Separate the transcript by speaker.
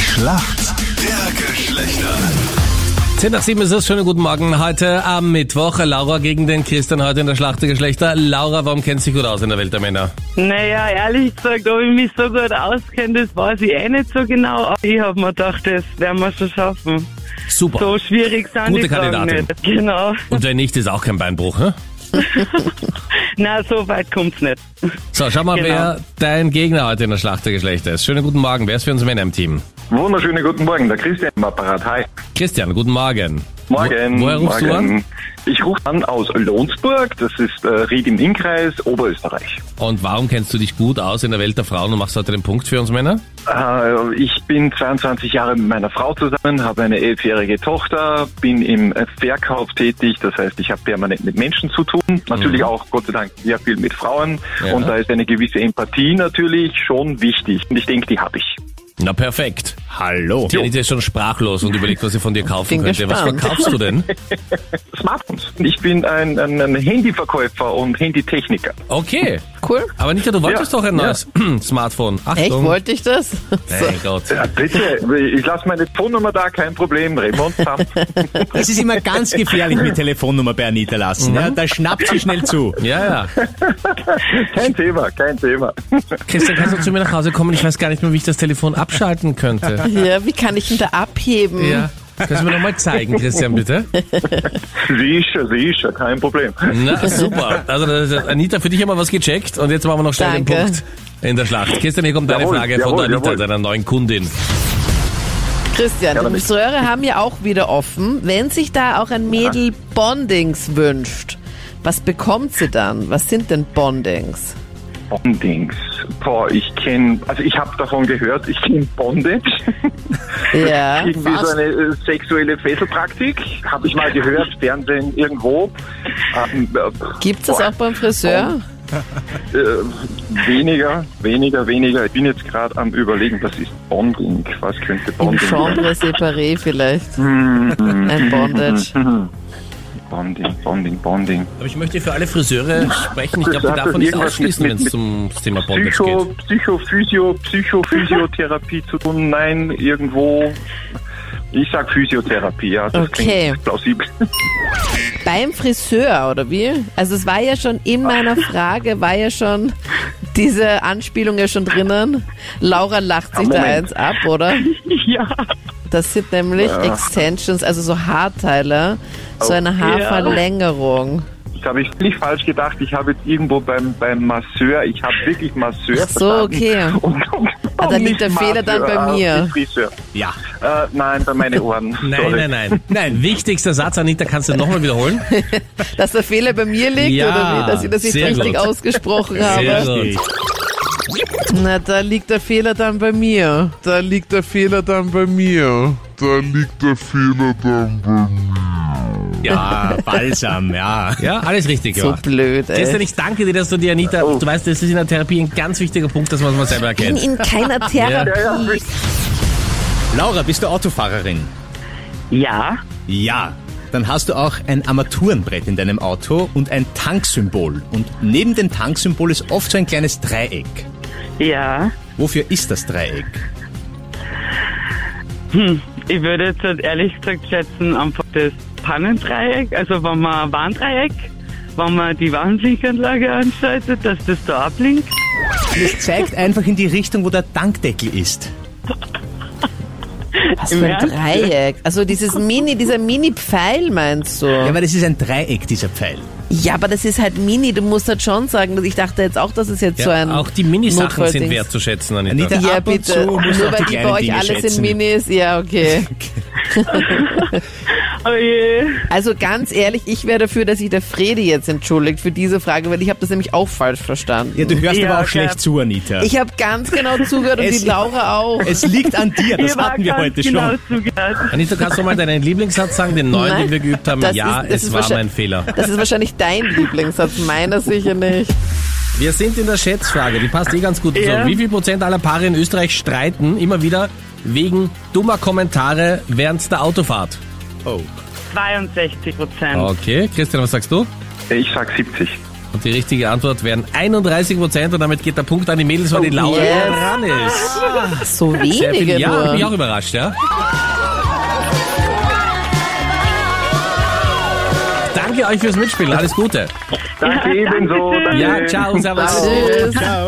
Speaker 1: Schlacht der Geschlechter.
Speaker 2: 10 nach 7 ist es. Schönen guten Morgen. Heute am Mittwoch. Laura gegen den Christian heute in der Schlacht der Geschlechter. Laura, warum kennst du dich gut aus in der Welt der Männer?
Speaker 3: Naja, ehrlich gesagt, ob ich mich so gut auskenne, das weiß ich eh nicht so genau. Aber ich habe mir gedacht, das werden wir schon schaffen.
Speaker 2: Super.
Speaker 3: So schwierig sind
Speaker 2: Gute
Speaker 3: die Fragen
Speaker 2: Kandidatin.
Speaker 3: nicht. Genau.
Speaker 2: Und wenn nicht, ist auch kein Beinbruch. Ne?
Speaker 3: Na, so weit kommt's nicht.
Speaker 2: So, schau mal,
Speaker 3: Genau.
Speaker 2: wer dein Gegner heute in der Schlacht der Geschlechter ist. Schönen guten Morgen. Wer ist für uns Männer im Team?
Speaker 4: Wunderschönen guten Morgen, der Christian im Apparat. Hi.
Speaker 2: Christian, guten Morgen.
Speaker 4: Morgen.
Speaker 2: Wo, woher rufst
Speaker 4: Morgen.
Speaker 2: du an?
Speaker 4: Ich rufe an aus Lohnsburg, das ist äh, Ried im Innkreis, Oberösterreich.
Speaker 2: Und warum kennst du dich gut aus in der Welt der Frauen und machst heute den Punkt für uns Männer?
Speaker 4: Äh, ich bin 22 Jahre mit meiner Frau zusammen, habe eine elfjährige Tochter, bin im äh, Verkauf tätig, das heißt, ich habe permanent mit Menschen zu tun, natürlich auch Gott sei Dank sehr viel mit Frauen
Speaker 2: Mhm. Ja.
Speaker 4: und da ist eine gewisse Empathie natürlich schon wichtig und ich denke, die habe ich.
Speaker 2: Na perfekt. Hallo. Die
Speaker 4: Jo.
Speaker 2: Anita ist schon sprachlos und überlegt, was sie von dir kaufen
Speaker 5: Bin
Speaker 2: könnte.
Speaker 5: gespannt.
Speaker 2: Was verkaufst du denn?
Speaker 4: Smartphones. Ich bin ein, ein, ein Handyverkäufer und Handytechniker.
Speaker 2: Okay.
Speaker 5: Cool.
Speaker 2: Aber Anita, du wolltest
Speaker 4: Ja.
Speaker 2: doch ein neues Smartphone. Achtung.
Speaker 5: Echt, wollte ich das?
Speaker 2: Mein Gott.
Speaker 4: Ja, bitte, ich lasse meine Telefonnummer da, kein Problem, reden wir uns zusammen.
Speaker 6: Es ist immer ganz gefährlich mit Telefonnummer bei Anita lassen. Ja? Da schnappt sie schnell zu.
Speaker 2: Ja, ja.
Speaker 4: Kein Thema, kein Thema.
Speaker 2: Christian, kannst du zu mir nach Hause kommen? Ich weiß gar nicht mehr, wie ich das Telefon abschalten könnte.
Speaker 5: Ja, wie kann ich ihn da abheben?
Speaker 2: Ja. Kannst du mir nochmal zeigen, Christian, bitte?
Speaker 4: Sicher, sicher, kein Problem.
Speaker 2: Na, super. Also, das ist, Anita, für dich haben wir was gecheckt und jetzt machen wir noch schnell den
Speaker 5: Danke.
Speaker 2: Punkt in der Schlacht. Christian, hier kommt deine
Speaker 4: Jawohl,
Speaker 2: Frage von
Speaker 4: jawohl,
Speaker 2: der Anita,
Speaker 4: jawohl.
Speaker 2: deiner neuen Kundin.
Speaker 5: Christian, die
Speaker 4: damit-
Speaker 5: Friseure haben ja auch wieder offen. Wenn sich da auch ein Mädel Bondings wünscht, was bekommt sie dann? Was sind denn Bondings?
Speaker 4: Bondings. Boah, ich kenne, also ich habe davon gehört, ich kenne Bondage.
Speaker 5: Ja,
Speaker 4: Irgendwie so eine äh, sexuelle Fesselpraktik. Habe ich mal gehört, Fernsehen irgendwo. Ähm, äh,
Speaker 5: gibt es das
Speaker 4: boah,
Speaker 5: auch beim Friseur?
Speaker 4: Äh, weniger, weniger, weniger. Ich bin jetzt gerade am überlegen, was ist Bonding? Was könnte
Speaker 5: Im
Speaker 4: Bonding sein?
Speaker 5: Chambre séparé vielleicht. Ein Bondage.
Speaker 4: Bonding, Bonding, Bonding.
Speaker 2: Aber ich möchte für alle Friseure sprechen. Ich glaube, die darf man nicht
Speaker 4: Irgendwas mit-
Speaker 2: ausschließen, wenn es
Speaker 4: mit-
Speaker 2: zum Thema Bondage
Speaker 4: Psycho,
Speaker 2: geht.
Speaker 4: Psychophysio, Psychophysiotherapie zu tun? Nein, irgendwo. Ich sag Physiotherapie, ja, das
Speaker 5: Okay.
Speaker 4: klingt plausibel.
Speaker 5: Beim Friseur, oder wie? Also es war ja schon in meiner Frage, war ja schon diese Anspielung ja schon drinnen. Laura lacht sich da
Speaker 4: Moment.
Speaker 5: eins ab, oder?
Speaker 3: Ja.
Speaker 5: Das sind nämlich Extensions, also so Haarteile, so eine Haarverlängerung.
Speaker 4: Das habe ich völlig falsch gedacht. Ich habe jetzt irgendwo beim, beim Masseur, ich habe wirklich Masseur.
Speaker 5: Ach so,
Speaker 4: verstanden.
Speaker 5: okay.
Speaker 4: Und, und,
Speaker 5: Ah, dann
Speaker 4: nicht
Speaker 5: liegt der Fehler dann bei
Speaker 4: ah,
Speaker 5: mir.
Speaker 4: nicht Friseur.
Speaker 6: Ja.
Speaker 4: Äh, nein, bei meinen Ohren.
Speaker 2: Nein,
Speaker 4: Sorry.
Speaker 2: nein, nein. Nein, wichtigster Satz, Anita, kannst du nochmal wiederholen?
Speaker 5: Dass der Fehler bei mir liegt,
Speaker 2: Ja,
Speaker 5: oder wie? Dass ich das nicht
Speaker 2: sehr
Speaker 5: richtig
Speaker 2: gut.
Speaker 5: ausgesprochen
Speaker 2: Sehr
Speaker 5: habe.
Speaker 2: gut.
Speaker 5: Na, da liegt der Fehler dann bei mir. Da liegt der Fehler dann bei mir.
Speaker 7: da liegt der Fehler dann bei mir.
Speaker 6: Ja, balsam, ja.
Speaker 2: Ja, alles richtig
Speaker 5: So
Speaker 2: gemacht.
Speaker 5: blöd,
Speaker 2: Christian,
Speaker 5: ey.
Speaker 2: ich danke dir, dass du dir, Anita,
Speaker 4: Oh.
Speaker 2: du weißt, das ist in der Therapie ein ganz wichtiger Punkt, dass man es mal selber
Speaker 5: In,
Speaker 2: erkennt.
Speaker 5: in keiner Therapie.
Speaker 4: Ja, ja,
Speaker 6: Laura, bist du Autofahrerin?
Speaker 3: Ja.
Speaker 6: Ja. Dann hast du auch ein Armaturenbrett in deinem Auto und ein Tanksymbol. Und neben dem Tanksymbol ist oft so ein kleines Dreieck.
Speaker 3: Ja.
Speaker 6: Wofür ist das Dreieck?
Speaker 3: Ich würde jetzt halt ehrlich gesagt schätzen, einfach das Pannendreieck, also wenn man ein Warndreieck, wenn man die Warnblinkanlage anschaltet, dass das da abblinkt.
Speaker 6: Es zeigt einfach in die Richtung, wo der Tankdeckel ist.
Speaker 5: Was für ein
Speaker 3: Ernst?
Speaker 5: Dreieck. Also dieses Mini, dieser Mini-Pfeil meinst du?
Speaker 6: Ja, weil es ist ein Dreieck, dieser Pfeil.
Speaker 5: Ja, aber das ist halt Mini. Du musst halt schon sagen, dass ich dachte jetzt auch, dass es jetzt so ein
Speaker 2: Ja, auch die Minisachen sind
Speaker 5: Notfalldings-
Speaker 2: wertzuschätzen, Anita.
Speaker 6: Anita,
Speaker 5: Ja,
Speaker 6: ab und
Speaker 5: bitte.
Speaker 6: zu musst du
Speaker 5: Nur
Speaker 6: auch
Speaker 5: weil
Speaker 6: die
Speaker 5: die bei
Speaker 6: kleinen
Speaker 5: euch
Speaker 6: Dinge
Speaker 5: alles
Speaker 6: schätzen.
Speaker 5: in Mini ist, ja, okay.
Speaker 3: Oh je.
Speaker 5: Also ganz ehrlich, ich wäre dafür, dass sich der Fredi jetzt entschuldigt für diese Frage, weil ich habe das nämlich auch falsch verstanden.
Speaker 6: Ja, du hörst
Speaker 3: Ja,
Speaker 6: aber auch
Speaker 3: okay.
Speaker 6: schlecht zu, Anita.
Speaker 5: Ich habe ganz genau zugehört und
Speaker 6: Es-
Speaker 5: die Laura auch.
Speaker 6: es liegt an dir, das
Speaker 3: Ich war
Speaker 6: hatten wir
Speaker 3: ganz
Speaker 6: heute
Speaker 3: genau
Speaker 6: schon.
Speaker 3: Zugehört.
Speaker 2: Anita, kannst du mal deinen Lieblingssatz sagen, den neuen,
Speaker 5: Nein,
Speaker 2: den wir geübt haben?
Speaker 5: das
Speaker 2: Ja,
Speaker 5: ist- das
Speaker 2: es
Speaker 5: ist
Speaker 2: war
Speaker 5: wahrscheinlich-
Speaker 2: mein Fehler.
Speaker 5: Das ist wahrscheinlich dein Lieblingssatz, meiner sicher nicht.
Speaker 2: Wir sind in der Schätzfrage, die passt eh ganz gut.
Speaker 3: Ja.
Speaker 2: So, wie viel Prozent aller Paare in Österreich streiten immer wieder wegen dummer Kommentare während der Autofahrt?
Speaker 3: 62 Prozent.
Speaker 2: Okay, Christian, was sagst du?
Speaker 4: Ich sag 70.
Speaker 2: Und die richtige Antwort wären 31 Prozent und damit geht der Punkt an die Mädels, weil die Laura
Speaker 5: Oh, yes.
Speaker 2: dran ist.
Speaker 5: So
Speaker 2: Sehr viel-
Speaker 5: wenige
Speaker 2: ja, hat mich
Speaker 5: nur.
Speaker 2: auch überrascht, ja. Danke euch fürs Mitspielen. Alles Gute.
Speaker 4: Danke
Speaker 3: Ja,
Speaker 4: ebenso.
Speaker 3: danke
Speaker 4: Danke.
Speaker 2: Ja, ciao, servus.
Speaker 5: Tschüss.
Speaker 6: Ciao.